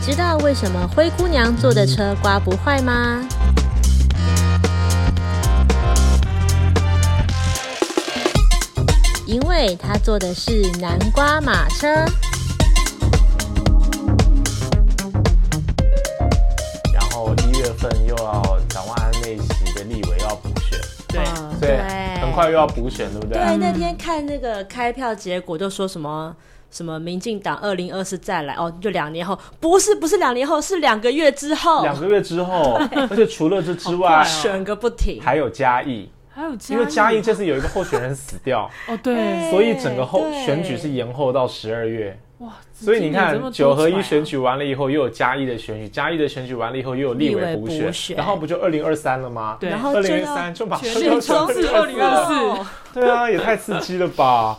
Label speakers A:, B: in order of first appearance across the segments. A: 知道为什么灰姑娘坐的车刮不坏吗？因为她坐的是南瓜马车。
B: 然后一月份又要蒋万安那席的立委又要补选，
C: 对，
A: 嗯
B: 所以
D: 对
B: 很快又要补选，对不对？
C: 对，那天看那个开票结果，就说什么什么民进党二零二四再来哦，就两年后，不是不是两年后，是两个月之后，
B: 两个月之 后，而且除了这之外
C: 哇，选个不停，
B: 还有嘉义，
D: 还有嘉
B: 因为嘉义这次有一个候选人死掉，
D: 哦，
C: 哎
D: 对，
B: 所以整个后
C: 对
B: 选举是延后到十二月。
D: 哇，
B: 所以你
D: 今年这
B: 看，
D: 么多
B: 九合
D: 出来
B: 一
D: 啊
B: 选，举完了以后，又有嘉义的选举，嘉义的选举完了以后，又有立委补
C: 立委
B: 选
C: 补，选
B: 然后不就二零二三了吗？
D: 对
C: 然后
B: 二
C: 就
B: 零二
C: 到
B: 三就马上
D: 全
B: 要
D: 力冲刺
B: 2024
D: 2024
C: 哦
B: 对啊，也太刺激了吧！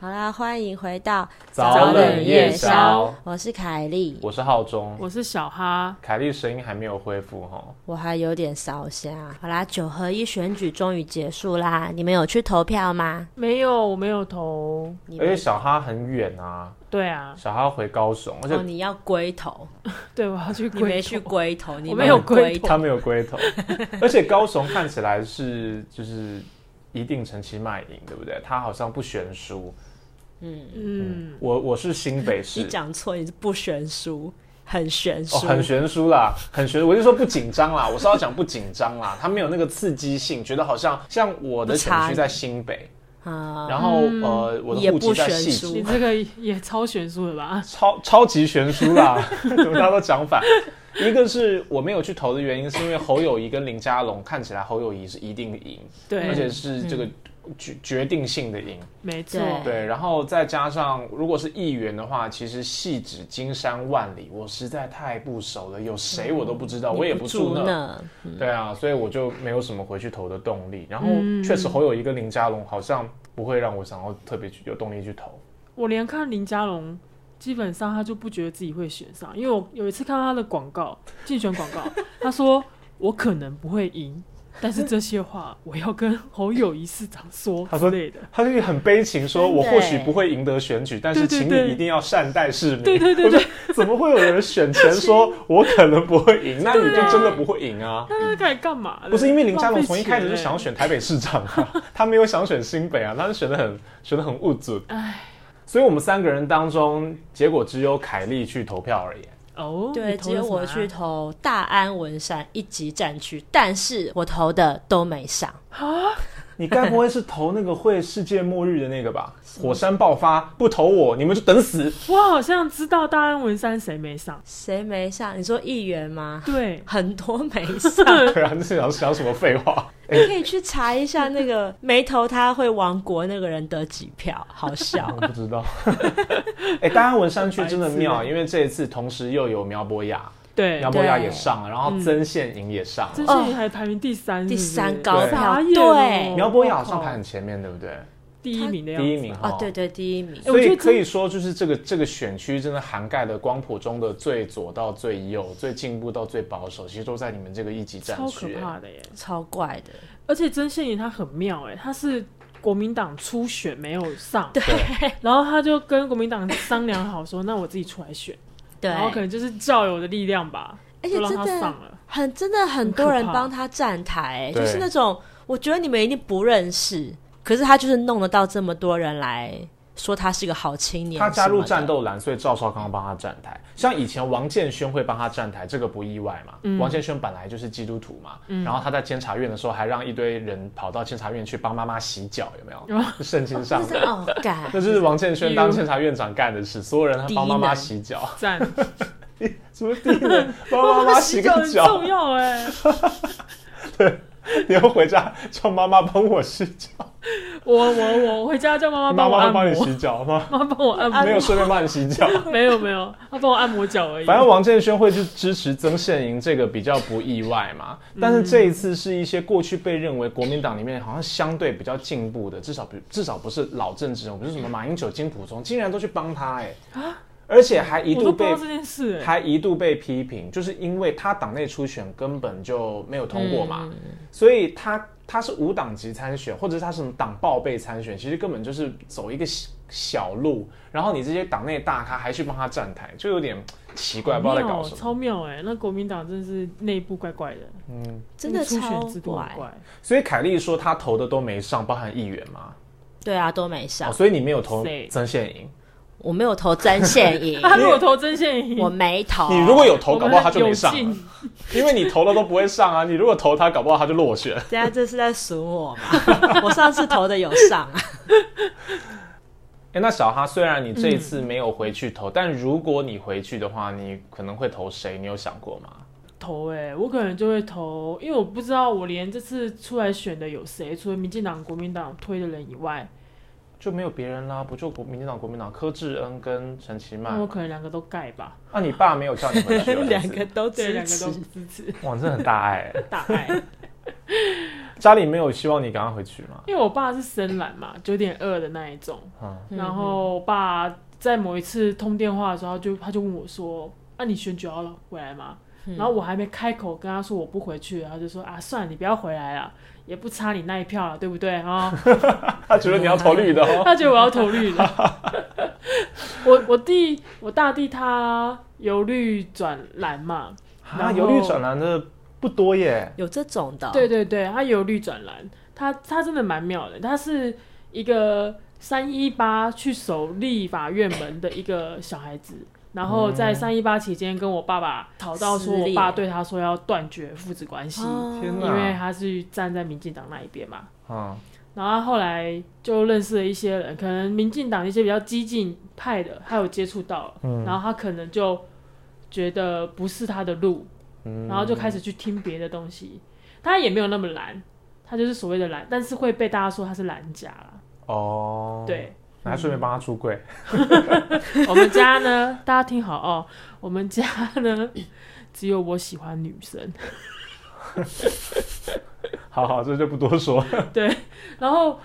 A: 好啦，欢迎回到
B: 早
D: 冷夜
B: 宵，
A: 我是凯莉，
B: 我是浩中，
D: 我是小哈，
B: 凯莉声音还没有恢复哈。
A: 我还有点烧香。好啦，九合一选举终于结束啦，你们有去投票吗？
D: 没有，我没有投，
A: 你
B: 而且
A: 们
B: 小哈很远啊，
D: 对啊，
B: 小哈回高雄，而
C: 哦，
B: 且
C: 你要龟头，
D: 对，我要去归
C: 你
D: 投，
C: 没去龟头，你
D: 我没有
C: 龟
D: 龟头
B: 他没有龟 头，而且高雄看起来是就是一定长期卖淫，对不对？他好像不悬殊。
D: 嗯，
B: 我我是新北
C: 你
B: 市，
C: 讲错，你是不悬殊，很悬殊，
B: 哦，很悬殊啦，很悬。我就说不紧张啦，我是要讲不紧张啦，他没有那个刺激性，觉得好像像我的
C: 不
B: 选
C: 差
B: 区在新北，
C: 啊，
B: 然后、
D: 嗯
B: 呃我
C: 也
B: 的户
C: 不
B: 籍在
C: 悬
B: 戏
C: 殊
D: 你这个也超悬殊了吧？
B: 超超级悬殊啦， 怎么大家都讲反？一个是我没有去投的原因，是因为侯友谊跟林佳龙看起来侯友谊是一定赢，而且
D: 对，
B: 是这个决决定性的赢。
D: 没错，
A: 对
B: 对，然后再加上如果是议员的话，其实细指金山万里，我实在太不熟了，有谁我都不知道，我也
C: 嗯不
B: 住
C: 住
B: 那。
C: 那，
B: 对啊，所以我就没有什么回去投的动力。然后
D: 嗯
B: 确实侯友谊跟林佳龙好像不会让我想要特别去有动力去投。
D: 我连看林佳龙，基本上他就不觉得自己会选上，因为我有一次看到他的广告，竞选 广告，他说我可能不会赢，但是这些话我要跟侯友谊市长说
B: 他说
D: 之类的。
B: 他就很悲情说：“
A: 真的
B: 我
A: 欸
B: 或许不会赢得选举，但是
D: 对
B: 请
D: 对对
B: 你一定要善待市民。”
D: 对对对
B: 我说怎么会有人选前 说我可能不会赢？那你就真的不会赢啊！
D: 那他该干嘛的？
B: 不是因为林佳龙从一开始就
D: 浪费
B: 想
D: 钱
B: 要选
D: 欸
B: 台北市长啊， 他没有想选新北啊，他是选的很选的很物质。
D: 哎，
B: 所以我们三个人当中，结果只有凯莉去投票而已。
D: 哦，
C: 对，
D: 你投
C: 只有
D: 了什么
C: 我
D: 啊
C: 去投大安文山一级战区，但是我投的都没上。
B: 你该不会是投那个会世界末日的那个 吧？火山爆发不投我，你们就等死。
D: 我好像知道大安文山谁没上，
C: 谁没上？你说议员 吗？
D: 对，
C: 很多没上，
B: 对啊，你是想想什么废话？
C: 你可以去查一下那个没投他会亡国那个人得几票，好笑。
B: 我不知 道。哎、大安文山区真的
D: 白
B: 妙，
D: 痴欸
B: 因为这一次同时又有苗博雅，
D: 对嗯
B: 苗，博雅
C: 对
B: 也上了，然后曾宪颖也上
D: 这
B: 了。
D: 些还排名第
C: 哦
D: 三是不
C: 第
D: 是，
C: 三高
B: 对
C: 票，
D: 傻眼
C: 对
D: 哦
B: 苗博雅好像排很前面，对不对？
D: 第一名的样子
B: 第一名
C: 哦
B: 哈。，
C: 对。对，第一名。
D: 哎
B: 所
D: 我觉
B: 以
D: 得
B: 可
D: 真
B: 以说，就是这个这个选区真的涵盖了光谱中的最左到最右、最进步到最保守，其实都在你们这个一级战
D: 超可
B: 区。哎
D: 怕的耶！
C: 超怪的，
D: 而且曾宪颖他很妙哎，他是国民党初选没有上，
B: 对，
D: 然后他就跟国民党商量好说，那我自己出来选，
C: 对，
D: 然后可能就是教友的力量吧，
C: 而且
D: 就让他
C: 真的
D: 上了。
C: 很真的很多人
D: 很可怕
C: 帮他站台、
B: 对
C: 就是那种我觉得你们一定不认识，可是他就是弄得到这么多人来说他是个好青年。
B: 他加入战，斗蓝，所以赵少康帮他站台。像以前王建轩会帮他站台，这个不意外嘛。
D: 嗯
B: 王建轩本来就是基督徒嘛，然后他在监察院的时候还让一堆人跑到监察院去帮妈妈洗脚，有没
D: 哦
B: 有？圣经上
C: 就是
B: 的，
C: 哦，干
B: 那就是王建轩当
D: 哟
B: 监察院长干的事，所有人帮妈妈洗 脚，
D: 赞，
B: 什么地位？帮妈妈洗个
D: 很
B: 脚
D: 重，要哎！
B: 你要回家叫妈妈帮我洗脚，
D: 我我我我回家叫妈妈
B: 妈
D: 帮我
B: 妈会帮
D: 按
B: 你
D: 摩，
B: 洗脚吗？
D: 妈妈帮我按
C: 啊
D: 摩，
B: 没有顺便帮你洗脚。
D: 没有没有，他帮我按摩脚而已。
B: 反正王建轩会去支持曾宪营，这个比较不意外嘛。
D: 嗯
B: 但是这一次是一些过去被认为国民党里面好像相对比较进步的，至少不至少不是老政治人物，不是什么马英九、金溥聪，竟然都去帮他哎、而且还一
D: 啊我都
B: 度
D: 不知
B: 被
D: 道这 件事哎。
B: 还一度被批评，就是因为他党内初选根本就没有通过嘛，所以他他是无党籍参选，或者是他是什么党报备参选，其实根本就是走一个小小路，然后你这些党内大咖还去帮他站台，就有点奇怪，不知道在搞什么。
D: 超妙哎、那国民党真是内部怪怪的，
B: 嗯，
A: 真的
D: 初
A: 超
D: 选制度很
A: 怪。
D: 怪，
B: 所以凯莉说她投的都没上，包含议员嘛，
A: 对啊，都没
B: 哦，
A: 上，
B: 所以你没有投
D: 谁
B: 曾宪颖，
A: 我没有投曾 宪颖，
D: 他如果投真宪赢，
A: 我没
C: 哦
A: 投。
B: 你如果有投，
D: 我
B: 搞
D: 们
B: 不好他就没
D: 哦有
B: 上
D: 幸
B: 了，因为你投了都不会上啊。你如果投他，搞不好他就落选。
A: 大家这是在数我嘛？我上次投的有 上啊，
B: 哎，那小哈，虽然你
D: 嗯
B: 这一次没有回去投，但如果你回去的话，你可能会投谁？你有想过吗？
D: 投哎、我可能就会投，因为我不知道我连这次出来选的有谁，除了民进党、国民党推的人以外，
B: 嗯就没有别人啦，不就国民党、国民党柯志恩跟陈其迈
D: 那我
B: 吗？
D: 可能两个都盖吧，
B: 啊，你爸没有叫你 回 去哦，
A: 两
B: 这
A: 个
B: 次
A: 都
D: 对，
A: 支
D: 两个都
A: 持
D: 不。支持，
B: 哇，你真的很大爱欸。
D: 大爱。
B: 家里没有希望你赶快回去吗？
D: 因为我爸是深蓝嘛，九点二的那一种，
B: 嗯，
D: 然后我爸在某一次通电话的时候，他就他就问我说：“啊，你选举要回来吗？”
B: 嗯
D: 然后我还没开口跟他说我不回去，然后就说：“啊，算了，你不要回来了，
B: 嗯
D: 也不差你那一票了，对不 对啊？”
B: 他觉得你要投绿的哦。
D: 他觉得我要投绿了。 我我弟我大弟他由绿转蓝嘛，然
B: 啊，
D: 后
B: 由绿转蓝的不多耶。
A: 有这种的哦，
D: 对对对，他由绿转蓝，他他真的蛮妙的，他是一个三一八去守立法院门的一个小孩子。然后在三一八期间跟我爸爸吵到，说
A: 撕
D: 我
A: 裂
D: 爸对他说要断绝父子关系，
A: 哦
B: 天
D: 因为
B: 哪！
D: 他是站在民进党那一边嘛。
B: 嗯，
D: 然后他后来就认识了一些人，可能民进党一些比较激进派的，他有接触到了，
B: 嗯
D: 然后他可能就觉得不是他的路，
B: 嗯
D: 然后就开始去听别的东西。他也没有那么蓝，他就是所谓的蓝，但是会被大家说他是蓝甲啦。
B: 哦，，
D: 对嗯
B: 还顺便帮他出柜。
D: 我们家呢， 大家听好哦，我们家呢只有我喜欢女生，
B: 好好，这就不多说。
D: 然后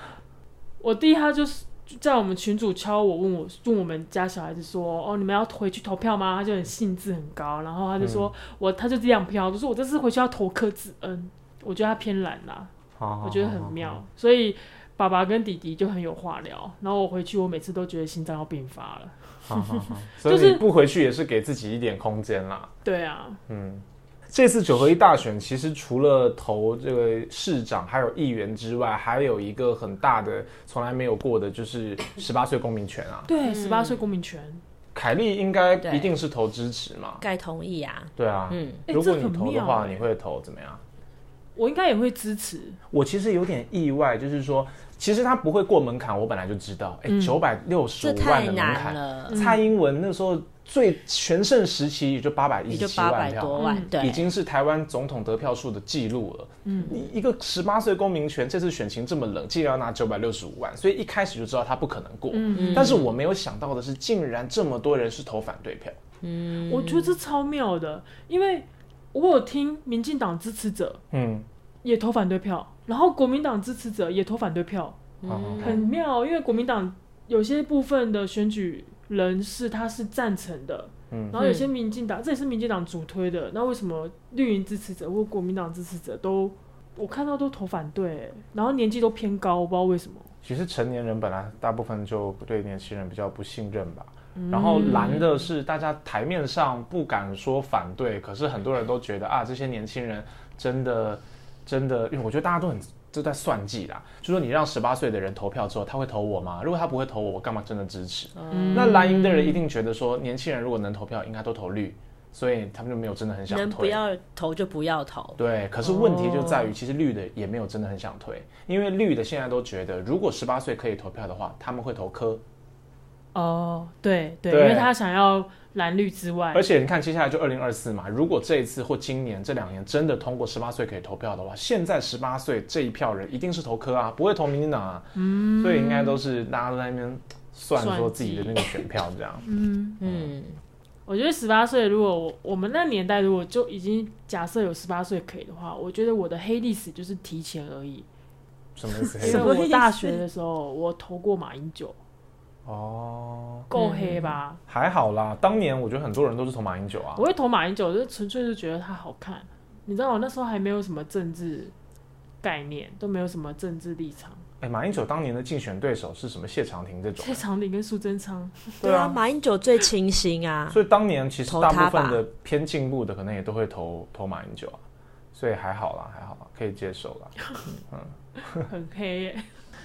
D: 我弟他就是在我们群主敲我，问我问我们家小孩子说：“哦，你们要回去投票吗？”他就很兴致很高，然后他就说：“我他就这样票，就说我这次回去要投柯志恩。”我觉得他偏懒啦，
B: 好
D: 我觉得很妙，所以爸爸跟弟弟就很有话聊。然后我回去，我每次都觉得心脏要病发了。
B: 好好 好，所以
D: 就是
B: 你不回去也是给自己一点空间啦。
D: 对啊，
B: 嗯，这次九合一大选，其实除了投这个市长还有议员之外，还有一个很大的从来没有过的就是十八岁公民权啊。
D: 对，十八岁公民权，
B: 凯莉应该
A: 对
B: 一定是投支持嘛？
A: 该同意啊。
B: 对啊，
A: 嗯，
D: 哎、
B: 如
D: 这
B: 果你
D: 很
B: 投的
D: 妙、
B: 话，
D: 欸
B: 你会投怎么样？
D: 我应该也会支持。
B: 我其实有点意外，就是说，其实他不会过门槛，我本来就知道，哎，
D: 嗯
B: 九百六十
A: 这
B: 五万
A: 太
B: 的门
A: 难
B: 槛，
A: 了，嗯
B: 蔡英文那时候最全盛时期也就八百一
A: 也
B: 十
A: 就
B: 七
A: 八
B: 万
A: 百
B: 票，
A: 多万，
D: 嗯
A: 对，
B: 已经是台湾总统得票数的记录了。
D: 嗯
B: 你一个十八岁公民权，这次选情这么冷，竟然要拿九百六十五万，所以一开始就知道他不可能过。
D: 嗯，
B: 但是我没有想到的是，竟然这么多人是投反对票。
C: 嗯
D: 我觉得这超妙的，因为我有听民进党支持者
B: 嗯，
D: 也投反对票，然后国民党支持者也投反对票，
B: 好
D: 很妙。因为国民党有些部分的选举人士他是赞成的，
B: 嗯
D: 然后有些民进党这也是民进党主推的，那为什么绿营支持者或国民党支持者都我看到都投反对、然后年纪都偏高，我不知道为什么。
B: 其实成年人本来大部分就对年轻人比较不信任吧。然后蓝的是大家台面上不敢说反对，可是很多人都觉得啊，这些年轻人真的真的，因为我觉得大家都很都在算计啦，就说你让十八岁的人投票之后，他会投我吗？如果他不会投我，我干嘛真的支持？
D: 嗯
B: 那蓝营的人一定觉得说，年轻人如果能投票，应该都投绿，所以他们就没有真的很想
A: 能不
B: 推。
A: 要投就不要投，
B: 对，可是问题就在于，其实绿的也没有真的很想推，因为绿的现在都觉得，如果十八岁可以投票的话，他们会投科。
D: 哦，对对，
B: 对
D: 因为他想要蓝绿之外
B: 而，且你看，接下来就二零二四嘛，如果这一次或今年这两年真的通过十八岁可以投票的话，现在十八岁这一票人一定是投科啊，不会投民进党啊。嗯，所以应该都是大家都在那边算说自己的那个选票这样。
D: 嗯。
A: 嗯，
D: 我觉得十八岁，如果我我们那年代如果就已经假设有十八岁可以的话，我觉得我的黑历史就是提前而已。
B: 什么意思？
D: 因
B: 黑
D: 为
B: 人
D: 我大学的时候，我投过马英九，
B: 哦，
D: 够黑吧？
B: 还好啦，当年我觉得很多人都是投马英九
C: 嗯
B: 啊
D: 我。会投马英九，就是纯粹是觉得他好看。你知道我那时候还没有什么政治概念，都没有什么政治立场。
B: 哎，马英九当年的竞选对手是什么？谢长廷这种
D: 谢，长廷跟苏贞昌，
B: 对啊
C: 马英九最清新啊，
B: 所以当年其实
C: 投
B: 大
C: 他
B: 部分
C: 吧
B: 的偏进步的可能也都会投投马英九啊，所以还好啦，还好啦，可以接受啦。
D: 很黑耶。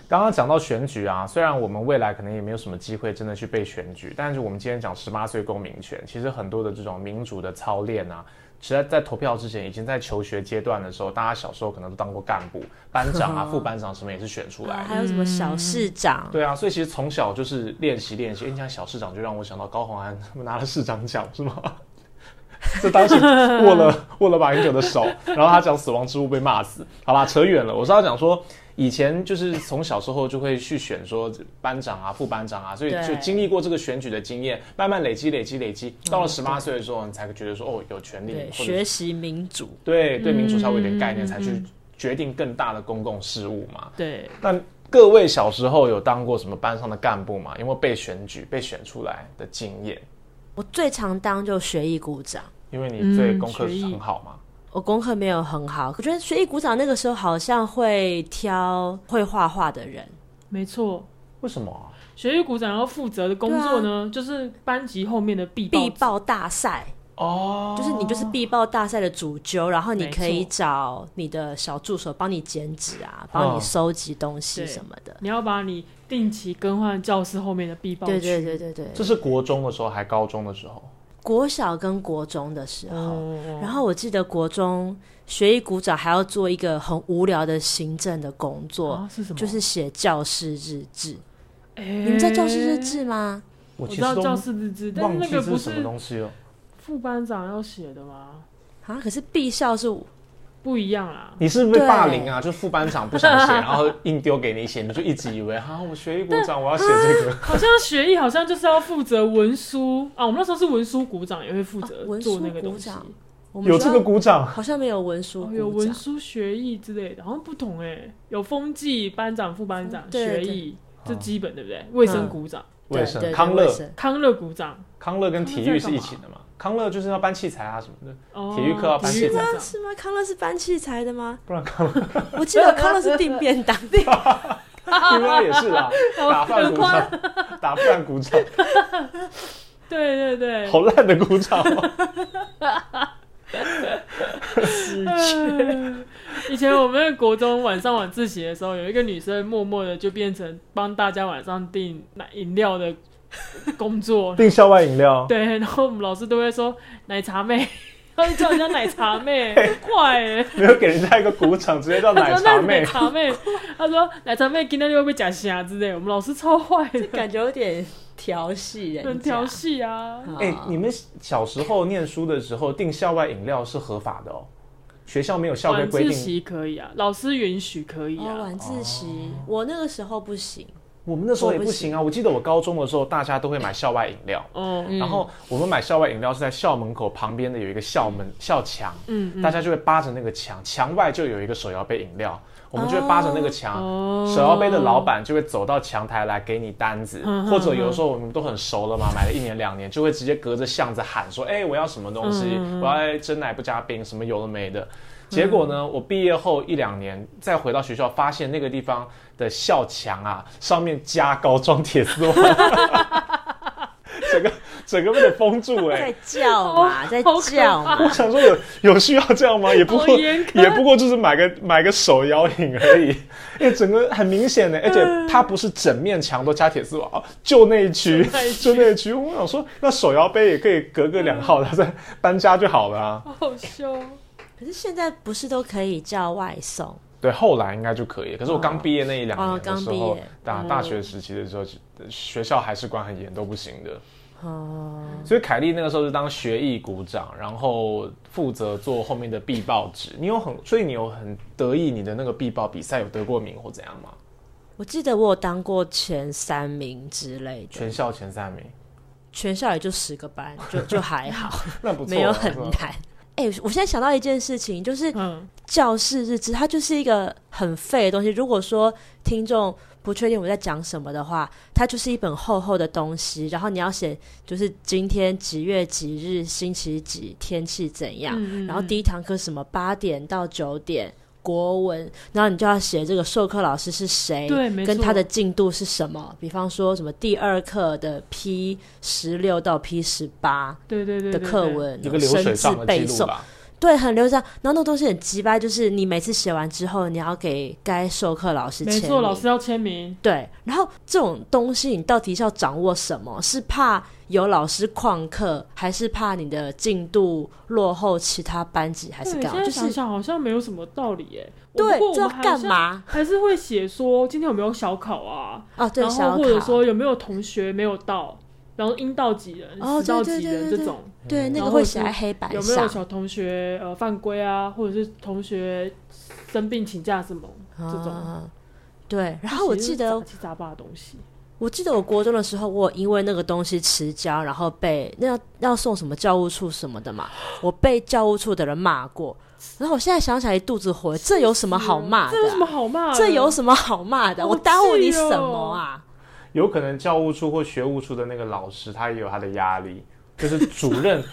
B: 刚刚讲到选举啊，虽然我们未来可能也没有什么机会真的去被选举，但是我们今天讲十八岁公民权，其实很多的这种民主的操练啊，实在在投票之前，已经在求学阶段的时候，大家小时候可能都当过干部、班 长啊、副班长什么也是选出来
C: 啊
B: 的。
C: 还有什么小市长，
B: 对啊，所以其实从小就是练习练习。诶你讲小市长，就让我想到高虹安他们拿了市长奖是吗？ 这当时握了握了马英九的手，然后他讲死亡之屋被骂死。好啦，扯远了。我是要讲说，以前就是从小时候就会去选说班长啊、副班长啊，所以
C: 对嗯
B: 就经历过这个选举的经验，慢慢累积、累积、累积，到了十八岁的时候，你才会觉得说哦，有权利
C: 对，
B: 或者
C: 学嗯习民主，
B: 对对民主稍微有点概念，才去决定更大的公共事务嘛。
D: 对，
B: 那各位小时候有当过什么班上的干部吗？有没有被选举、被选出来的经验？
C: 我最常当就学艺鼓掌。
B: 因为你对
D: 嗯
B: 功课
D: 学艺
B: 很好嘛。
C: 我功课没有很好，我觉得学艺鼓掌那个时候好像会挑会画画的人，
D: 没错。
B: 为什么啊、
D: 学艺鼓掌要负责的工作呢，就是班级后面的必
C: 啊必
D: 报
C: 报大赛，
B: 哦，
C: 就是你就是必报大赛的主揪，然后你可
D: 没
C: 以
D: 错
C: 找你的小助手帮你剪纸啊，帮
D: 哦
C: 你收集东西什么的。
D: 你要把你定期更换教室后面的必报区。
C: 对对对对对，
B: 这是国中的时候还高中的时候，
C: 国小跟国中的时候，
D: 哦，
C: 然后我记得国中学艺鼓掌还要做一个很无聊的行政的工作，
D: 啊是什么？
C: 就是写教师日志。
D: 哎
C: 你们在教师日，志吗？
B: 我
D: 我
B: 其
D: 知
B: 实
D: 道
B: 都
D: 教室日志，但
B: 忘
D: 是那
B: 记
D: 个
B: 这
D: 不
B: 是什么
D: 是
B: 东西了。
D: 副班长要写的吗？
C: 啊，可是毕校是
D: 不一样啦。
B: 你是不是被霸凌啊？就副班长不想写，然后硬丢给你写， 你就一直以为哈、我学艺鼓掌，我要写这个。
D: 好像学艺好像就是要负责文书啊，我们那时候是文书鼓掌也会负
C: 啊
D: 责
C: 文
D: 做
C: 书
D: 那个东
C: 股
D: 西，
C: 长我们
B: 有
C: 学
B: 这
C: 校
B: 个鼓掌，
C: 好像没有文书
D: 哦
C: 股
D: 有
C: 长
D: 文书学艺之类的，好像不同哎、有风纪班长、副班长、
C: 嗯
D: 学
C: 对
D: 艺，
B: 对
D: 这基本对不对？卫生
C: 嗯
D: 鼓掌、
B: 卫
C: 对对
B: 生
C: 对
B: 康
C: 卫
B: 乐，
C: 生
D: 康乐鼓掌，
B: 康乐跟体育是一起
D: 康乐在
B: 的嘛？康乐就是要搬器材啊什么的，
D: 哦，
B: 体育课要搬
D: 体
B: 器
D: 育
B: 材
D: 鼓掌
C: 是吗？康乐是搬器材的吗？
B: 不然康乐
C: 我记得康乐是订便当
B: 你们也是 啦，打饭鼓掌，打饭鼓掌。
D: 对对对，
B: 好烂的鼓掌、哦，
D: 呃 以前我们国中晚上晚自习的时候，有一个女生默默的就变成帮大家晚上订奶饮料的工作，
B: 订校外饮料。
D: 对，然后我们老师都会说奶茶妹，他们叫人家奶茶妹，很快哎、
B: 没有给人家一个鼓掌，直接叫 奶
D: 他说
B: 茶
D: 那
B: 妹
D: 奶。茶妹，他说奶茶妹今天又被假虾之类，我们老师超坏的，
C: 感觉有点调戏人家，
D: 很调戏啊。
C: 好。
B: 哎、你们小时候念书的时候订校外饮料是合法的哦，学校没有 校规
D: 晚
B: 规
D: 自
B: 定。
D: 习可以啊，老师允许可以
C: 哦，
D: 啊。
C: 晚自习，我那个时候不行，
B: 我们那时候也不行啊，我记得我高中的时候，大家都会买校外饮料。
D: 哦，
C: 嗯
B: 然后我们买校外饮料是在校门口旁边的有一个校门校墙，
D: 嗯嗯，
B: 大家就会扒着那个墙，墙外就有一个手摇杯饮料，我们就会扒着那个墙，
D: 哦
B: 手摇杯的老板就会走到墙台来给你单子，
D: 嗯
B: 或者有的时候我们都很熟了嘛，买了一年两年，就会直接隔着巷子喊说：“哎、我要什么东西？
D: 嗯
B: 我要真奶不加冰，什么有的没的。”结果呢，我毕业后一两年再回到学校，发现那个地方的校墙啊，上面加高装铁丝 网，整个整个被你封住哎、
C: 在
D: 哦
C: 叫 嘛，在叫嘛，
B: 我 想说有有需要这样吗？也不
D: 好
B: 过
D: 严格
B: 也不过就是买个买个手摇饮而已， 因为整个很明显
D: 嗯
B: 的，而且它不是整面墙都加铁丝网，就那一区
D: 就那一，区
B: 就那一区。我想说，那手摇杯也可以隔个 两号，它再搬家就好了啊。
D: 好笑哦。
C: 可是现在不是都可以叫外送？
B: 对，后来应该就可以。可是我刚毕业那一两年
C: 哦
B: 的
C: 刚
B: 时
C: 毕
B: 候
C: 业，
B: 大
D: 哦
B: 大学时期的时候，学校还是管很严，都不行的。
C: 哦，
B: 所以凯莉那个时候是当学艺股长，然后负责做后面的必报纸。你有很，所以你有很得意你的那个必报比赛有得过名或怎样吗？
C: 我记得我有当过前三名之类的，
B: 全校前三名，
C: 全校也就十个班，就就还好，
B: 那 不错啊，
C: 没有很
B: 是吧
C: 难。哎、我现在想到一件事情，就是
D: 嗯，
C: 教室日志，它就是一个很废的东西。如果说听众不确定我们在讲什么的话，它就是一本厚厚的东西，然后你要写就是今天几月几日、星期几、天气怎样，
D: 嗯嗯
C: 然后第一堂课什么八点到九点。国文，然后你就要写这个授课老师是谁，
D: 对，没错，
C: 跟他的进度是什么。比方说什么第二课的 P 十六到 P 十八
D: 对对对
C: 的
D: 对
C: 课
D: 对
C: 文，
B: 一个流水
C: 生字
B: 账的
C: 背
B: 记录
C: 诵，
B: 吧。
C: 对，很流畅。然后那种东西很鸡巴，就是你每次写完之后，你要给该授课老师
D: 没
C: 签
D: 错，
C: 名。
D: 老师要签名，
C: 对，然后这种东西你到底是要掌握什么？是怕有老师旷课，还是怕你的进度落后其他班级，还
D: 对，
C: 是
D: 现
C: 干嘛？
D: 在
C: 就
D: 想
C: 是
D: 想好像没有什么道理耶。我
C: 对
D: 不过，我
C: 这要
D: 们还
C: 干
D: 是？
C: 嘛？
D: 还是会写说今天有没有小考啊，
C: 哦，对，
D: 然
C: 小
D: 后
C: 考
D: 或者说有没有同学没有到，然后应到几人、
C: 哦
D: 实到
C: 对对
D: 几
C: 对
D: 人
C: 对
D: 这
C: 对
D: 种，
C: 对那
D: 然
C: 个
D: 后
C: 会
D: 是
C: 写在黑板
D: 有没有
C: 上，
D: 小同学呃犯规啊，或者是同学生病请假什么这种。
C: 啊对，然后啊我记得
D: 杂七杂八的东西，
C: 我记得我国中的时候，我有因为那个东西迟交，然后被那要要送什么教务处什么的嘛，我被教务处的人骂过。然后我现在想起来一肚子火，这有什么好骂的
D: 这有什么
C: 啊、
D: 好骂的？
C: 这有什么好骂的？
D: 好
C: 我耽误你
D: 气哦
C: 什么啊？
B: 有可能教务处或学务处的那个老师，他也有他的压力，就是主任。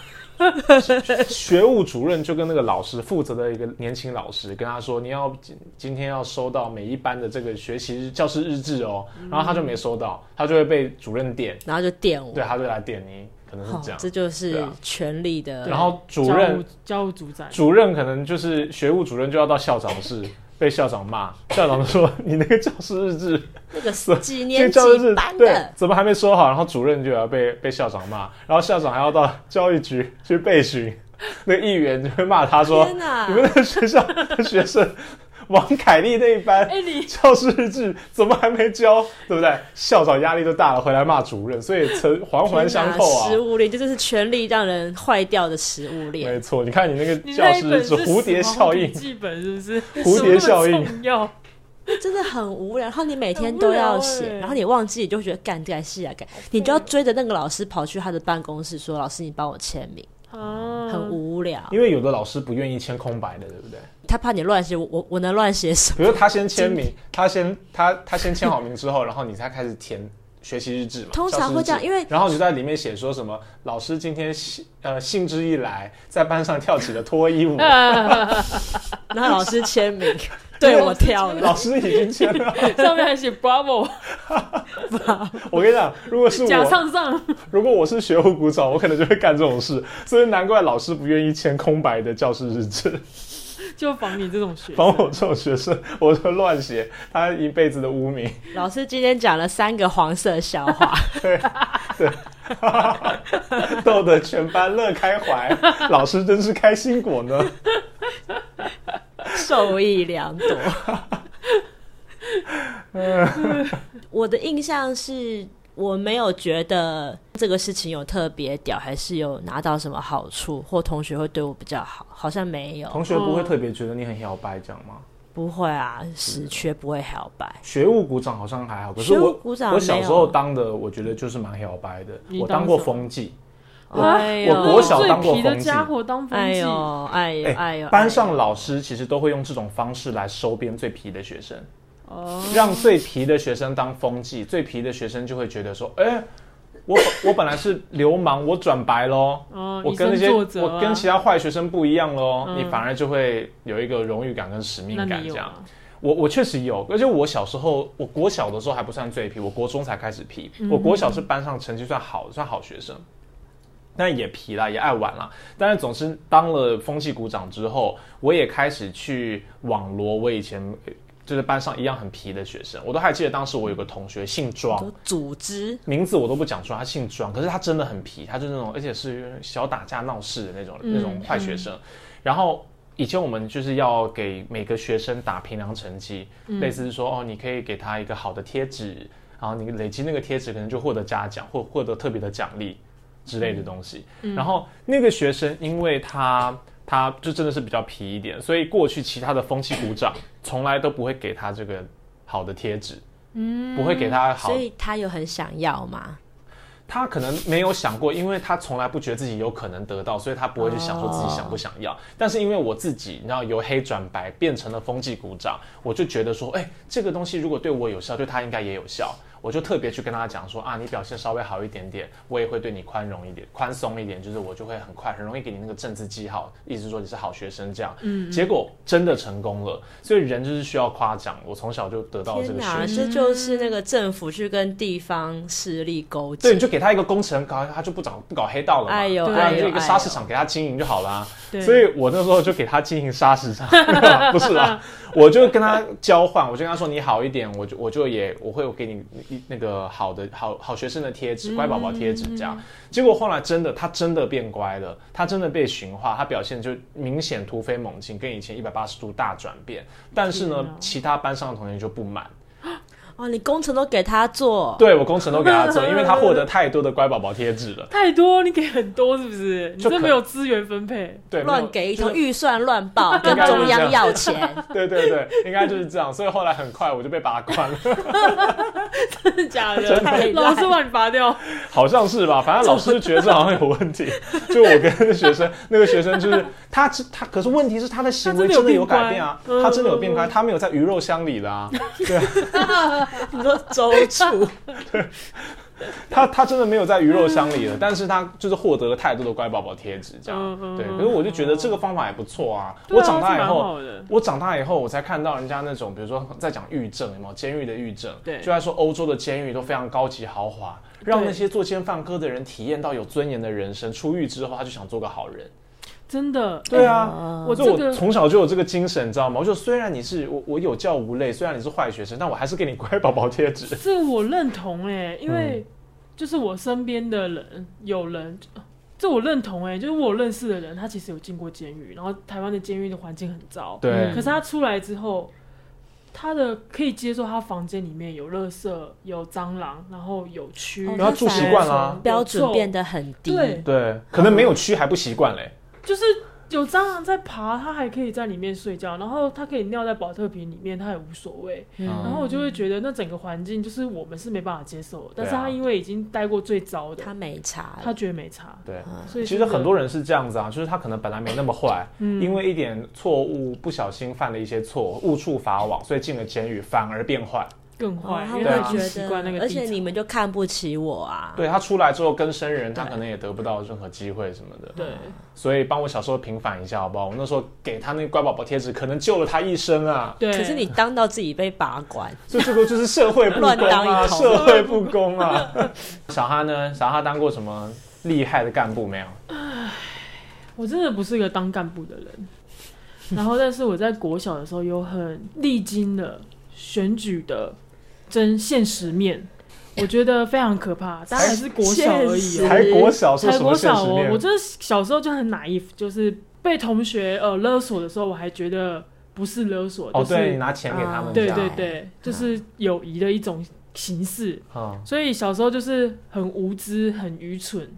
B: 学务主任就跟那个老师负责的一个年轻老师跟他说，你要今今天要收到每一班的这个学习日教师日志哦，然后他就没收到，他就会被主任点，
C: 然后就电我，
B: 对，他就来点你，可能是
C: 哦
B: 这样。
C: 这就是
B: 对啊
C: 权力的。
B: 然后主
D: 教
B: 任
D: 务教务组长，
B: 主任可能就是学务主任就要到校长室被校长骂， 校长说你那个教师日志
C: 那个
B: 是
C: 几
B: 这个
C: 年级
B: 教师日
C: 班
B: 对
C: 的，
B: 怎么还没收好？然后主任就要被被校长骂，然后校长还要到教育局 去备询，那个议员就会骂他说
C: 天哪
B: 你！们那个学校的学生王凯丽那一班。
D: 哎你
B: 教师日志怎么还没交，对不对？校长压力都大了，回来骂主任，所以成环环相扣啊
C: 天哪食。物链，这就是权力让人坏掉的食物链。
B: 没错，你看你那个
D: 你
B: 教
D: 那一
B: 师
D: 本
B: 日志蝴蝶
D: 死亡
B: 效
D: 笔
B: 应，
D: 记本是不是？
B: 蝴蝶效应
D: 什么那么重要，
C: 真的很无聊。然后你每天都要
D: 很无
C: 写，
D: 聊欸
C: 然后你忘记，你就会觉得干该戏啊干，你就要追着那个老师跑去他的办公室说：“老师，你帮我签名。”
D: 啊，
C: 很无聊，
B: 因为有的老师不愿意签空白的，对不对？
C: 他怕你乱写，我我我能乱写什么？
B: 比如他先签名，他先他他先签好名之后，然后你才开始填学习日志嘛。
C: 通常会这样
B: 教师日志
C: 因为
B: 然后你就在里面写说什么老师今天兴呃兴致一来，在班上跳起了脱衣 舞，
D: 呃
C: 然后老师签名， 对我跳了，
B: 老师已经签了。
D: 上面还写 Bravo，
B: 我跟你讲，如果是
D: 假
B: 我，
D: 上上，
B: 如果我是学务股长，我可能就会干这种事，所以难怪老师不愿意签空白的教师日志，
D: 就防你这种学生
B: 防我这种学生，我就乱写他一辈子的污名。
C: 老师今天讲了三个黄色笑话，
B: 逗得全班乐开怀，老师真是开心果呢。
C: 受益 良多。我的印象是我没有觉得这个事情有特别屌，还是有拿到什么好处，或同学会对我比较好，好像没有。
B: 同学不会特别觉得你很摇摆，这样吗？
C: 不会啊，死缺不会摇摆。
B: 学务股长好像还好，可是
C: 学务
B: 我
C: 股长
B: 我小
C: 没有
B: 时候当的，我觉得就是蛮摇摆的。
D: 你
B: 我
D: 当
B: 过
D: 什么
B: 风纪，
D: 啊
C: 哎
B: 我国小
D: 最
B: 当过
D: 皮的
B: 风纪
D: 家伙当风
C: 哎
D: 纪，
C: 呦，哎呦，哎呦，
B: 班上老师其实都会用这种方式来收编最皮的学生，
D: 哦，
B: 让最皮的学生当风纪，最皮的学生就会觉得说，哎、我我本来是流氓，我转白喽。
D: 哦，
B: 我跟那
D: 以身
B: 些
D: 作则啊
B: 我跟其他坏学生不一样喽，
D: 嗯
B: 你反而就会有一个荣誉感跟使命
D: 那
B: 感这
D: 你有
B: 样。
D: 啊？
B: 我我确实有，而且我小时候，我国小的时候还不算最皮，我国中才开始皮。
D: 嗯
B: 我国小是班上成绩算好，算好学生，但也皮啦，也爱玩啦。但是总之当了风气股长之后，我也开始去网罗我以前呃就是班上一样很皮的学生。我都还记得当时我有个同学姓庄，
C: 都组织
B: 名字我都不讲出来，他姓庄，可是他真的很皮，他就是那种，而且是小打架闹事的那种、
D: 嗯
B: 那种坏学生。然后以前我们就是要给每个学生打评量成绩，
D: 嗯
B: 类似是说哦，你可以给他一个好的贴纸，然后你累积那个贴纸，可能就获得嘉奖或获得特别的奖励之类的东西。
D: 嗯
B: 然后那个学生，因为他他就真的是比较皮一点，所以过去其他的风气鼓掌从来都不会给他这个好的贴纸，
D: 嗯
B: 不会给他好
C: 所以他有很想要嘛？
B: 他可能没有想过，因为他从来不觉得自己有可能得到，所以他不会去想说自己想不想要。但是因为我自己，你知道由黑转白变成了风纪股长，我就觉得说，哎、这个东西如果对我有效，对他应该也有效。我就特别去跟他讲说啊，你表现稍微好一点点，我也会对你宽容一点、宽松一点，就是我就会很快很容易给你那个政治记号，意思说你是好学生这样。嗯，结果真的成功了，所以人就是需要夸奖。我从小就得到这
A: 天
B: 个
A: 哪，
B: 学习。
A: 这就是那个政府去跟地方势力勾
B: 对，
A: 结
B: 你。就给他一个工程，搞他就不搞不搞黑道了嘛。
A: 哎呦
B: 对啊
A: 哎
B: 你就
A: 呦
B: 一个
A: 哎
B: 沙石
A: 呦
B: 场给他经营就好啦。
D: 对，
B: 所以我那时候就给他进行沙石场， 不是啦，我就跟他交换，我就跟他说你好一点，我就我就也我会给你一那个好的好好学生的贴纸，乖宝宝贴纸这
A: 嗯
B: 样。结果后来真的他真的变乖了，他真的被驯化，他表现就明显突飞猛进，跟以前一百八十度大转变。但是呢
D: 天哪，
B: 其他班上的同学就不满，
A: 哦，你工程都给他做，
B: 对我工程都给他做，因为他获得太多的乖宝宝贴纸了。
D: 太多，你给很多是不是？你
B: 就
D: 这
B: 可
D: 没有资源分配，
B: 对，没有
A: 乱给一
B: 就是
A: 通，预算乱 报，跟
B: 应该是
A: 中
B: 这
A: 央
B: 样
A: 要钱，
B: 对对对，应该就是这样。所以后来很快我就被拔关了。
D: 真的 假
B: 真
D: 的？
A: 的
D: 老师把你拔掉，
B: 好像是吧，反正老师就觉得这好像有问题。就我跟那个学生，那个学生就是他知，他可是问题是他的行为真
D: 他真
B: 的
D: 的
B: 有
D: 有
B: 改变啊，
D: 变乖
B: 他真的有变乖，
D: 嗯
B: 他没有在鱼肉乡里啦、对啊，
A: 你说周 楚，
B: 他他真的没有在鱼肉乡里了，但是他就是获得了太多的乖宝宝贴纸这
D: 嗯
B: 样，
D: 嗯
B: 对。
D: 嗯
B: 可是我就觉得这个方法也不错啊，
D: 对啊
B: 我长大以
D: 这蛮
B: 后
D: 好。的
B: 我长大以后，我才看到人家那种，比如说在讲狱政，有没有监狱的狱政？
D: 对
B: 就在说欧洲的监狱都非常高级豪华，让
D: 对
B: 那些作奸犯科的人体验到有尊严的人生。出狱之后，他就想做个好人。
D: 真的，
B: 对啊，
D: 我
B: 就
D: 这
B: 我
D: 个
B: 从小就有这个精神，你知道吗？我就虽然你是我我有教无类，虽然你是坏学生，但我还是给你乖宝宝贴 纸。
D: 这个我认同哎、因为
B: 嗯
D: 就是我身边的人有人，这我认同哎、就是我认识的人，他其实有进过监狱，然后台湾的监狱的环境很糟，
B: 对，
D: 可是他出来之后，他的可以接受他房间里面有垃圾、有蟑螂，然后有蛆，
A: 哦
B: 然后住习惯啦、
A: 标准变
D: 得
A: 得很低，
D: 对，
B: 对，可能没有蛆还不习惯嘞。
D: 就是有蟑螂在爬，他还可以在里面睡觉，然后他可以尿在保特瓶里面，他也无所谓。
B: 嗯
D: 然后我就会觉得那整个环境就是我们是没办法接受的，但是
B: 对啊
D: 他因为已经待过最糟的，
A: 他没查，
D: 他觉得没差，
B: 对，
D: 所以
B: 其实很多人是这样子啊，就是他可能本来没那么坏，
D: 嗯
B: 因为一点错误不小心犯了一些错，误触法网，所以进了监狱反而变坏。
D: 更
A: 哦
D: 坏，
A: 他
D: 因
A: 会
D: 为
B: 对
D: 已
B: 啊
A: 觉
D: 经
A: 得，
D: 习惯那个
A: 而
D: 地
A: 且
D: 毯
A: 你们就看不起我啊，
B: 对他出来之后跟生人，他可能也得不到任何机会什么的。
D: 对，
B: 所以帮我小时候平反一下好不好？我那时候给他那个乖宝宝贴纸，可能救了他一生啊。
D: 对，
A: 可是你当到自己被拔管，
B: 所以这个就是社会不 公
A: 乱当
B: 啊，
A: 一通
B: 社会不公啊。 小哈呢？小哈当过什么厉害的干部没有？
D: 我真的不是一个当干部的人。然后，但是我在国小的时候有很历经了选举的真现实面，我觉得非常可怕。当然是国小而已
A: 现实
D: 哦，
B: 才国小说
D: 才
B: 什么
D: 国
B: 现
D: 小
B: 实
D: 哦
B: 面，
D: 我？真的小时候就很 naive，就是被同学呃勒索的时候，我还觉得不是勒索，
B: 哦，
D: 就是、
B: 对，你拿钱给他们这
D: 对
B: 样，
D: 啊对对，就是友谊的一种形式。
B: 嗯，
D: 所以小时候就是很无知、很愚蠢，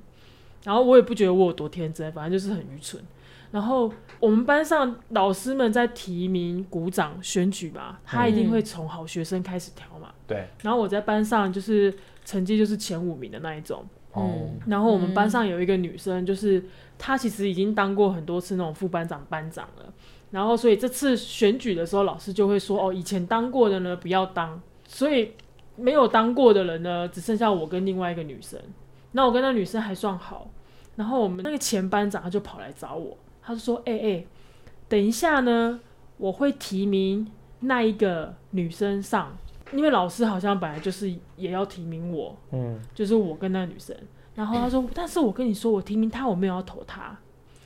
D: 然后我也不觉得我有多天真，反正就是很愚蠢。然后我们班上老师们在提名、鼓掌、选举嘛，他一定会从好学生开始挑嘛。
B: 对，
D: 然后我在班上就是成绩就是前五名的那一种。
B: 哦，
D: 然后我们班上有一个女生，就是她其实已经当过很多次那种副班长、班长了。然后所以这次选举的时候，老师就会说：“哦，以前当过的呢，不要当。”所以没有当过的人呢，只剩下我跟另外一个女生。那我跟那女生还算好。然后我们那个前班长他就跑来找我，他就说：“哎、哎、等一下呢，我会提名那一个女生上，因为老师好像本来就是也要提名我，
B: 嗯，
D: 就是我跟那个女生。然后 他说，但是我跟你说，我提名他，我没有要投他，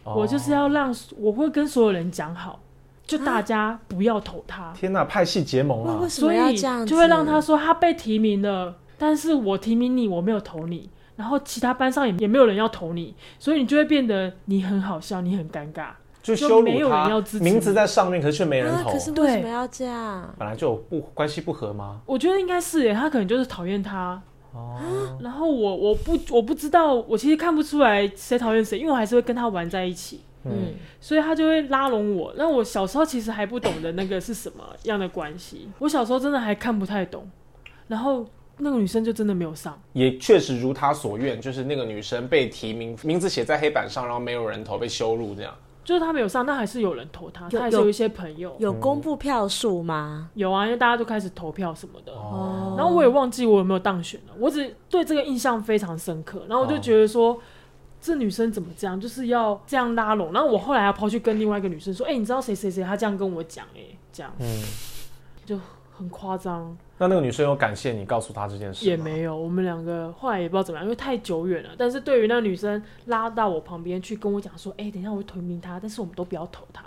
B: 哦
D: 我就是要让我会跟所有人讲好，就大家不要投他，
B: 天哪，派系结盟
A: 为
B: 啊
A: 嗯为！什
D: 所
A: 么要
D: 以
A: 这样子？
D: 就会让他说他被提名了，但是我提名你，我没有投你。然后其他班上也也没有人要投你，所以你就会变得你很好笑，你很尴尬。
B: 就
D: 就
B: 羞
D: 没
B: 辱
D: 有人
B: 他
D: 要支，持
B: 名
D: 你
B: 字在上面，可是却没人
A: 啊，
B: 投
A: 可，是为
D: 对
A: 什么要这样？
B: 本来就有不关系不和吗？
D: 我觉得应该是耶，他可能就是讨厌他。
B: 哦，
D: 然后我我不我不知道，我其实看不出来谁讨厌谁，因为我还是会跟他玩在一起。
B: 嗯
A: 嗯，
D: 所以他就会拉拢我。那我小时候其实还不懂得那个是什么样的关系，我小时候真的还看不太懂。然后那个女生就真的没有上，
B: 也确实如他所愿，就是那个女生被提名，名字写在黑板上，然后没有人投，被羞辱这样。
D: 就是他没有上，但还是有人投他，
A: 有
D: 他还是
A: 有
D: 有一些朋友
C: 有公布票数吗？
D: 有啊，因为大家都开始投票什么的。
B: 哦，
D: 然后我也忘记我有没有当选了，我只对这个印象非常深刻。然后我就觉得说，这女生怎么这样，就是要这样拉拢。然后我后来还跑去跟另外一个女生说，哎、你知道谁谁谁，她这样跟我讲，哎，这样
B: 嗯，
D: 很夸张，
B: 那那个女生有感谢你告诉她这件事吗
D: 也没有。我们两个后来也不知道怎么样，因为太久远了。但是对于那女生拉到我旁边去跟我讲说，哎、等一下我会推名她，但是我们都不要投她。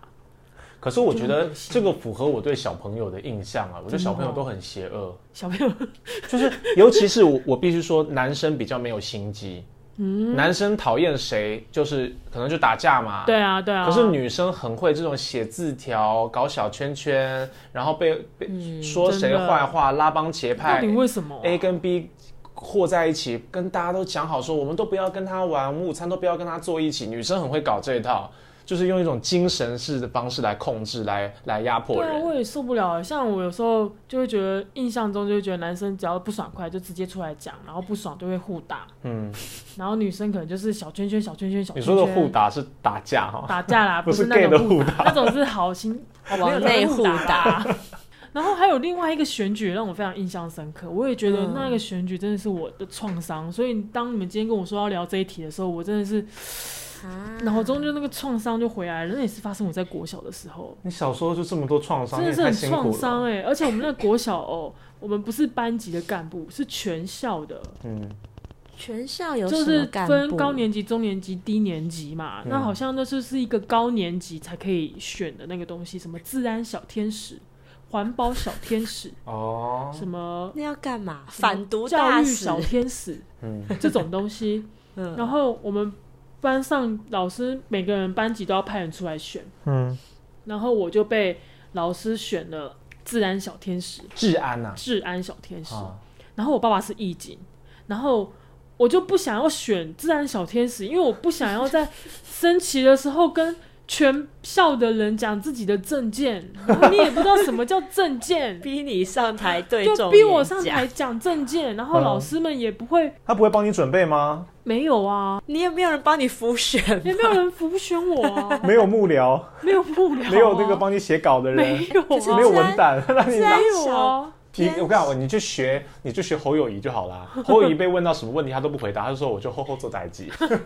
B: 可是我觉
D: 就很
B: 得
D: 恶心
B: 这个符合我对小朋友的印象啊，我觉得
D: 真的
B: 小朋友
D: 哦
B: 都很邪恶，
D: 小朋友，
B: 啊就是尤其是我，我必须说，男生比较没有心机，
D: 嗯
B: 男生讨厌谁就是可能就打架嘛，
D: 对啊，对啊。
B: 可是女生很会这种写字条、搞小圈圈，然后被被、
D: 嗯
B: 说谁坏话、拉帮结
D: 到
B: 派
D: 底为什么啊、
B: ，A 跟 B 和在一起，跟大家都讲好说，我们都不要跟他玩，我们午餐都不要跟他坐一起。女生很会搞这一套，就是用一种精神式的方式来控制、来来压迫
D: 对啊，
B: 人。
D: 我也受不了。像我有时候就会觉得，印象中就会觉得男生只要不爽快就直接出来讲，然后不爽就会互打，
B: 嗯，
D: 然后女生可能就是小圈圈、小圈圈、小
B: 你
D: 圈
B: 说
D: 圈。
B: 的互打是打架哈、
D: 打架啦，
B: 不是
D: 是那
B: gay 的
D: 种互
B: 互打
D: 那种是好心好朋友
C: 往
D: 的
C: 内
D: 互
C: 互
D: 打啦。 然后还有另外一个选举让我非常印象深刻，我也觉得
C: 嗯
D: 那个选举真的是我的创伤。所以当你们今天跟我说要聊这一题的时候，我真的是
C: 嗯啊
D: 脑中就那个创伤就回来了。那也是发生我在国小的时候。
B: 你小时候就这么多创伤，
D: 真的
B: 你
D: 是
B: 也太辛
D: 很
B: 苦
D: 创
B: 了。
D: 伤哎！而且我们那国小哦，我们不是班级的干部，是全校的，
B: 嗯，
C: 全校有
D: 就
C: 什么
D: 是
C: 干
D: 分
C: 部
D: 高年级、中年级、低年级嘛。
B: 嗯
D: 那好像那就是一个高年级才可以选的那个东西，什么治安小天使、环保小天使，
B: 哦，
D: 什么
C: 那要干嘛？反毒
D: 教
C: 大
D: 育
C: 使
D: 小天使
B: 嗯，
D: 这种东西。
C: 嗯
D: 然后我们班上老师每个人班级都要派人出来选，
B: 嗯，
D: 然后我就被老师选了治安小天使、
B: 治安啊呐、
D: 治安小天使。
B: 啊，
D: 然后我爸爸是义警，然后我就不想要选自然小天使，因为我不想要在升旗的时候跟全校的人讲自己的证件，然后你也不知道什么叫 证件，
C: 逼你上台对
D: 就
C: 众
D: 逼我
C: 演
D: 上
C: 讲
D: 台讲证
B: 嗯
D: 件，然后老师们也不会
B: 他不会帮你准备吗？
D: 没有啊，
C: 你有没有人帮你复选？
D: 也没有人辅选 我啊，
B: 没有幕僚，
D: 没有幕 僚、啊，
B: 没有那个帮你写稿的人
D: 没，有
C: 是
D: 啊，
B: 没有文胆，那你拿
D: 没有啊，
B: 你
C: 天
B: 我告诉你，你就学你就学侯友谊就好啦。侯友谊被问到什么问题，他都不回答，他就说我就厚厚做代机。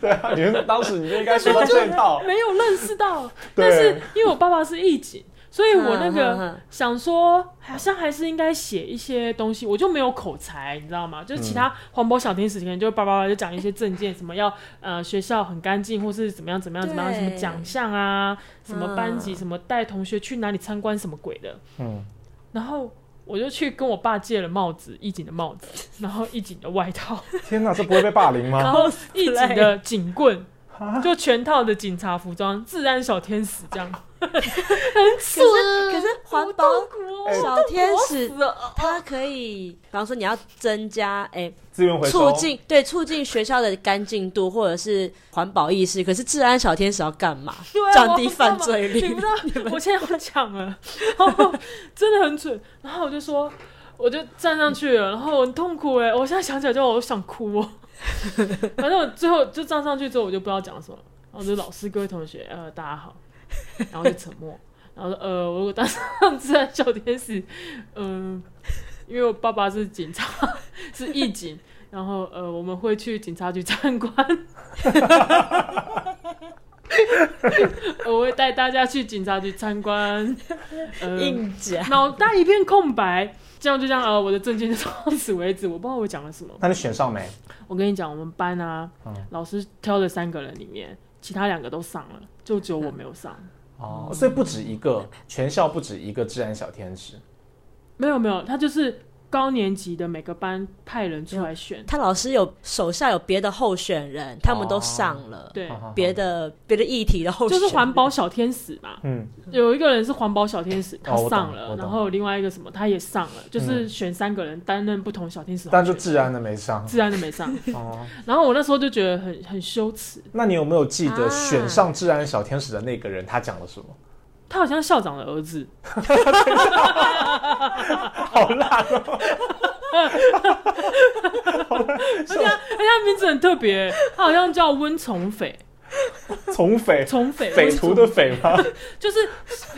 B: 对啊，你们当时你就应该说到这一套。
D: 没有认识到，
B: 对
D: 但是因为我爸爸是义警，所以我那
C: 嗯嗯嗯
D: 个想说，好像还是应该写一些东西，我就没有口才，你知道吗？就是其他环保小天使可能就叭叭叭就讲一些证件，什么要呃学校很干净，或是怎么样怎么样怎么样，
C: 对
D: 什么呃奖项啊，什么班级，
C: 嗯
D: 什么带同学去哪里参观什么鬼的，
B: 嗯，
D: 然后。我就去跟我爸借了帽子，义警的帽子，然后义警的外套，
B: 天哪，这不会被霸 凌
D: 然
B: 吗？
D: 后义警的警棍，就全套的警察服装，治安小天使这 样，很
C: 可
D: 蠢。
C: 是可是环保
B: 哎
C: 小天使，它可以，比方说你要增加哎、
B: 资源回
C: 促
B: 收。
C: 进对促进学校的干净度或者是环保意识。可是治安小天使要干嘛？
D: 对啊
C: 降低犯罪率
D: 我不知道你不知道， 我现在要讲了，然后真的很蠢。然后我就说，我就站上去了，然后很痛苦哎、我现在想起来就我想哭哦、 反正我最后就站上去之后，我就不知道讲什么，然后就老师各位同学，呃，大家好，然后就沉默，然后说，呃，我如果当 上自然小天使，嗯、因为我爸爸是警察，是义警。然后呃，我们会去警察局参观， 我会带大家去警察局参观，呃，
C: 硬讲。
D: 脑袋一片空白，这样就这样呃，我的证件就到此为止，我不知道我讲了什么。
B: 那你选上没？
D: 我跟你讲，我们班啊，
B: 嗯
D: 老师挑的三个人里面，其他两个都上了，就只有我没有上。
B: 哦，所以不止一个，全校不止一个治安小天使。
D: 没有没有，他就是高年级的每个班派人出来选，
C: 他老师有手下有别的候选人，他们都上了。
D: 对，
C: 别的别的议题的候选
D: 就
C: 人
D: 是环保小天使嘛。
B: 嗯，
D: 有一个人是环保小天使，他
B: 哦我懂
D: 上
B: 我
D: 了，
B: 懂嗯
D: 然后另外一个什么他也上了，就是选三个人担任不同小天使候选
B: 但
D: 人。
B: 就治安的没上。
D: 自然的没上，
B: 哦，
D: 然后我那时候就觉得很很羞耻，
B: 那你有没有记得
C: 啊
B: 选上治安小天使的那个人他讲了什么？
D: 他好像校长的儿子，
B: 好烂 哦！
D: 而且他而且他名字很特别，他好像叫温崇斐，
B: 从匪，
D: 从匪
B: 匪徒的匪吗？
D: 就是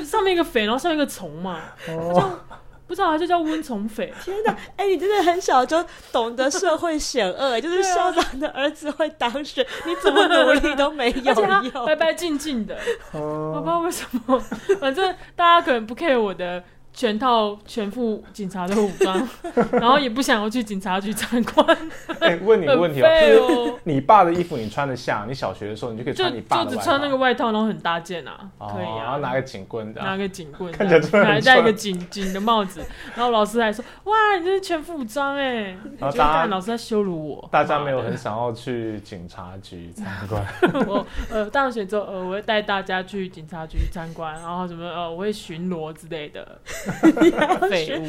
D: 上面一个匪，然后下面一个从嘛，
B: 哦，
D: 不知道它就叫温从 匪。
C: 天哪！哎、你真的很小就懂得社会险恶、哎就是
D: 对啊
C: 校长的儿子会当选，你怎么努力都没有
D: 而且他
C: 用。
D: 白白净净的，我
B: 哦
D: 不知道为什么， 反正大家可能不 care 我的全套全副警察的武 装，然后也不想要去警察局参观，
B: 哎、问你个问
D: 很
B: 题哦，
D: 废 哦。
B: 你爸的衣服你穿得下？你小学的时候你就可以
D: 就
B: 穿你爸
D: 就
B: 的
D: 只
B: 外
D: 穿那个
B: 套啊
D: 外套，然后很大件啊，
B: 哦
D: 可以
B: 然
D: 啊
B: 后，拿个警棍这
D: 拿
B: 样。
D: 个警棍这
B: 看
D: 样，
B: 起来真的很
D: 还戴一
B: 帅
D: 个警警的帽子，然后老师还说：“哇，你这是全副武装哎！”
B: 然
D: 我
B: 后
D: 觉得
B: 大家
D: 干老师在羞辱我，
B: 大家没有
D: 妈的
B: 很想要去警察局参 观，
D: 我呃当选之后，呃，我会带大家去警察局参观，然后什么呃，我会巡逻之类 的废物。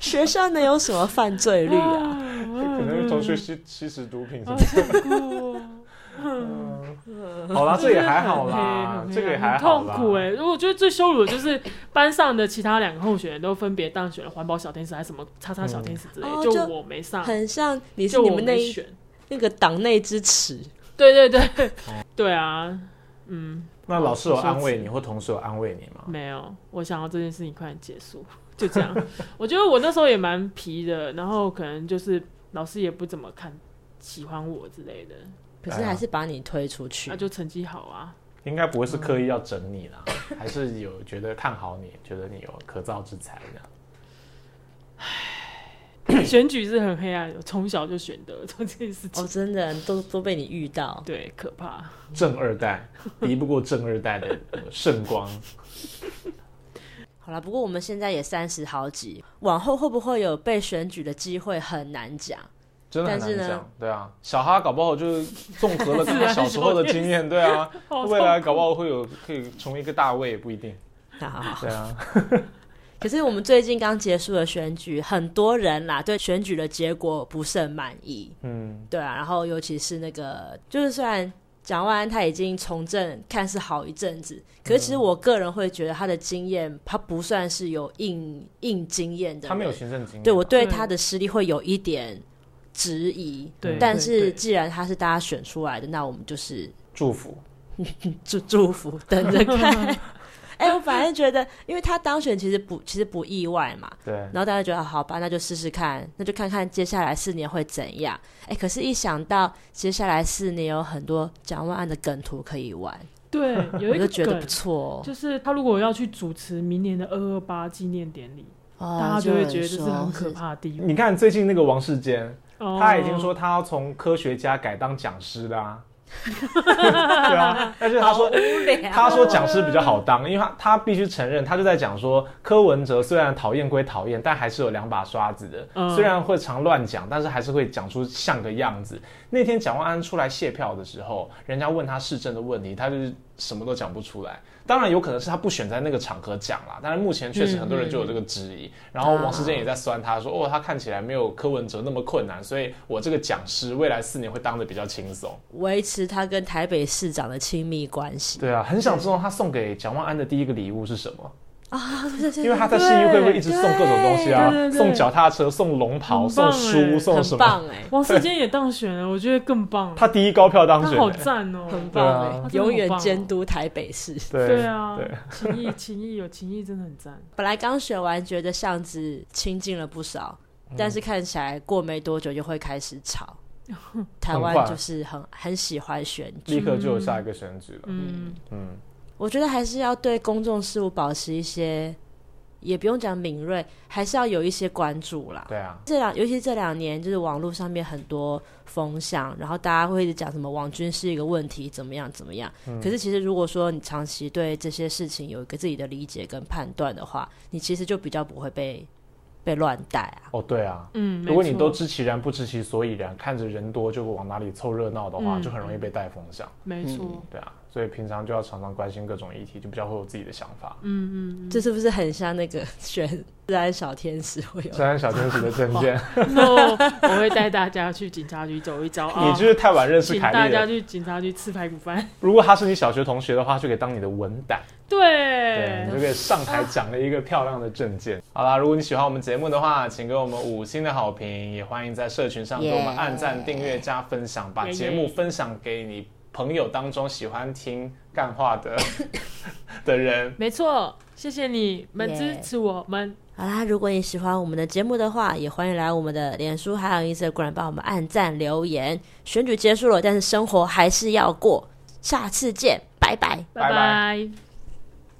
C: 学校能有什么犯罪率啊？
D: 嗯
B: 可能同学吸吸食毒品什
D: 好
B: 么
D: 痛苦哦，
B: 的。好啦，啊这也还好啦
D: 很，
B: 这个也
D: 嗯很
B: 还好
D: 痛
B: 啦。
D: 苦哎、我觉得最羞辱的就是班上的其他两个候选人都分别当选了环保小天使还是什么叉叉小天使之类，
C: 嗯哦
D: 就
C: 就
D: 我没上，
C: 很像你是
D: 啊就
C: 你
D: 我
C: 们那
D: 没
C: 一
D: 选。
C: 那个党内之耻，
D: 对对对，
B: 哦
D: 对啊，嗯，
B: 那老师有安慰你，或同事有安慰你吗？
D: 没有，我想要这件事情快点结束，就这样。 我觉得我那时候也蛮皮的，然后可能就是老师也不怎么看喜欢我之类的，啊
C: 可是还是把你推出去。
D: 那、就成绩好啊。
B: 应该不会是刻意要整你 啦，还是有觉得看好你，觉得你有可造之才这样。
D: 选举是很黑暗的，我从小就选的做这件事情，
C: 哦，真的都都被你遇到，
D: 对，可 怕。
B: 正二 代敌不过正二代的呃圣光，
C: 好啦，不过我们现在也三十好几，往后会不会有被选举的机会很难讲。
B: 真的很
C: 但是
B: 难
C: 呢啊
B: 讲。对啊，小哈搞不好就是综合 了他小时候的经验，对啊，
D: 好
C: 哦
B: 未来搞不好会有可以成为一个大卫也不一定。
C: 好好好，
B: 对啊，
C: 可是我们最近刚结束的选举，很多人啦对选举的结果不甚满意。
B: 嗯，
C: 对啊，然后尤其是那个，就是虽然蒋万安他已经从政，看似好一阵子，可是
B: 嗯
C: 其实我个人会觉得他的经验，他不算是有硬硬经验的人，
B: 他没有行政经验。啊
C: 对我对
D: 对
C: 他的实力会有一点质疑。
D: 对
C: 但
D: 对
C: 是
D: 对
C: 既然他是大家选出来的，那我们就是
B: 祝福，
C: 祝 祝福，等着看。 哎、我反正觉得，因为他当选其实不其实不意外嘛，
B: 对，
C: 然后大家觉得好吧，那就试试看，那就看看接下来四年会怎样。哎，可是，一想到接下来四年有很多蒋万安的梗图可以玩，
D: 对，
C: 我
D: 有一
C: 就
D: 个
C: 觉得不
D: 梗，
C: 错哦
D: 就是他如果要去主持明年的二二八纪念典礼，
C: 哦。
D: 大家就会觉得这
C: 这
D: 是很可。怕的地方。
B: 你看最近那个王世坚，
D: 哦
B: 他已经说他要从科学家改当讲师啦、 对啊，但是他说他说讲师比较好当，因为他他必须承认，他就在讲说柯文哲虽然讨厌归讨厌，但还是有两把刷子的，
D: 嗯
B: 虽然会常乱讲，但是还是会讲出像个样子。那天蒋万安出来谢票的时候，人家问他市政的问题，他就是什么都讲不出来。当然有可能是他不选在那个场合讲啦，但是目前确实很多人就有这个质疑。然后王世坚也在酸他说，哦，他看起来没有柯文哲那么困难，所以我这个讲师未来四年会当的比较轻松。
C: 维持他跟台北市长的亲密关系
B: 对啊，很想知道他送给蒋万安的第一个礼物是什么。
C: 啊，对对对
B: 因为他在市议会会一直送各种东西啊，
D: 对对对
B: 送脚踏车、送龙袍、
D: 很棒
B: 送
D: 欸
B: 书、送什
C: 很
B: 么。
C: 棒哎、
D: 王世坚也当选了，我觉得更棒。
B: 他第一高票当
D: 他
B: 选
D: 好
B: 欸，
D: 赞哦，
C: 很
B: 对啊
C: 棒哎、
B: 他
D: 真的
C: 永远
D: 好棒哦
C: 监督台北市。
B: 对
D: 对啊
B: 对，
D: 情谊，情谊有情谊真的很 赞。
C: 本来刚选完，觉得巷子清静了不少，但是看起来过没多久就会开始吵。台
B: 很
C: 湾
B: 快
C: 就是很很喜欢选举，
B: 立刻就有下一个选举了。
D: 嗯，
B: 嗯，
C: 我觉得还是要对公众事务保持一些，也不用讲敏锐，还是要有一些关注啦。
B: 对啊，
C: 这两，尤其这两年，就是网络上面很多风向，然后大家会一直讲什么网军是一个问题，怎么样怎么样。可是其实如果说你长期对这些事情有一个自己的理解跟判断的话，你其实就比较不会被被乱带啊。
B: 哦对啊，
D: 嗯，
B: 如果
D: 没
B: 你
D: 错
B: 都知其然不知其所以然，看着人多就往哪里凑热闹的话，
D: 嗯
B: 就很容易被带风向。
D: 没错，
B: 对啊，所以平常就要常常关心各种议题，就比较会有自己的想法。
D: 嗯嗯
C: 这是不是很像那个选自然小天使会有？
B: 虽然小天使的证 件，
D: 嗯，那我我会带大家去警察局走一遭 啊，
B: 你就是太晚认识
D: 请
B: 凯
D: 大
B: 莉
D: 家
B: 了。
D: 去警察局吃排骨饭。
B: 如果他是你小学同学的话，就可以当你的文胆。对，
D: 对
B: 你就可以上台讲了一个漂亮的证件。好啦，如果你喜欢我们节目的话，请给我们五星的好评，也欢迎在社群上给我们
C: Yeah
B: 按赞、订阅、加分享，把
D: Yeah，
B: 节目分享给你朋友当中喜欢听干话的 的人。
D: 没错，谢谢你们支
C: Yeah
D: 持我们。
C: 好啦，如果你喜欢我们的节目的话，也欢迎来我们的脸书还有 Instagram 帮我们按赞留言。选举结束了，但是生活还是要过，下次见，拜拜。
B: 拜
D: 拜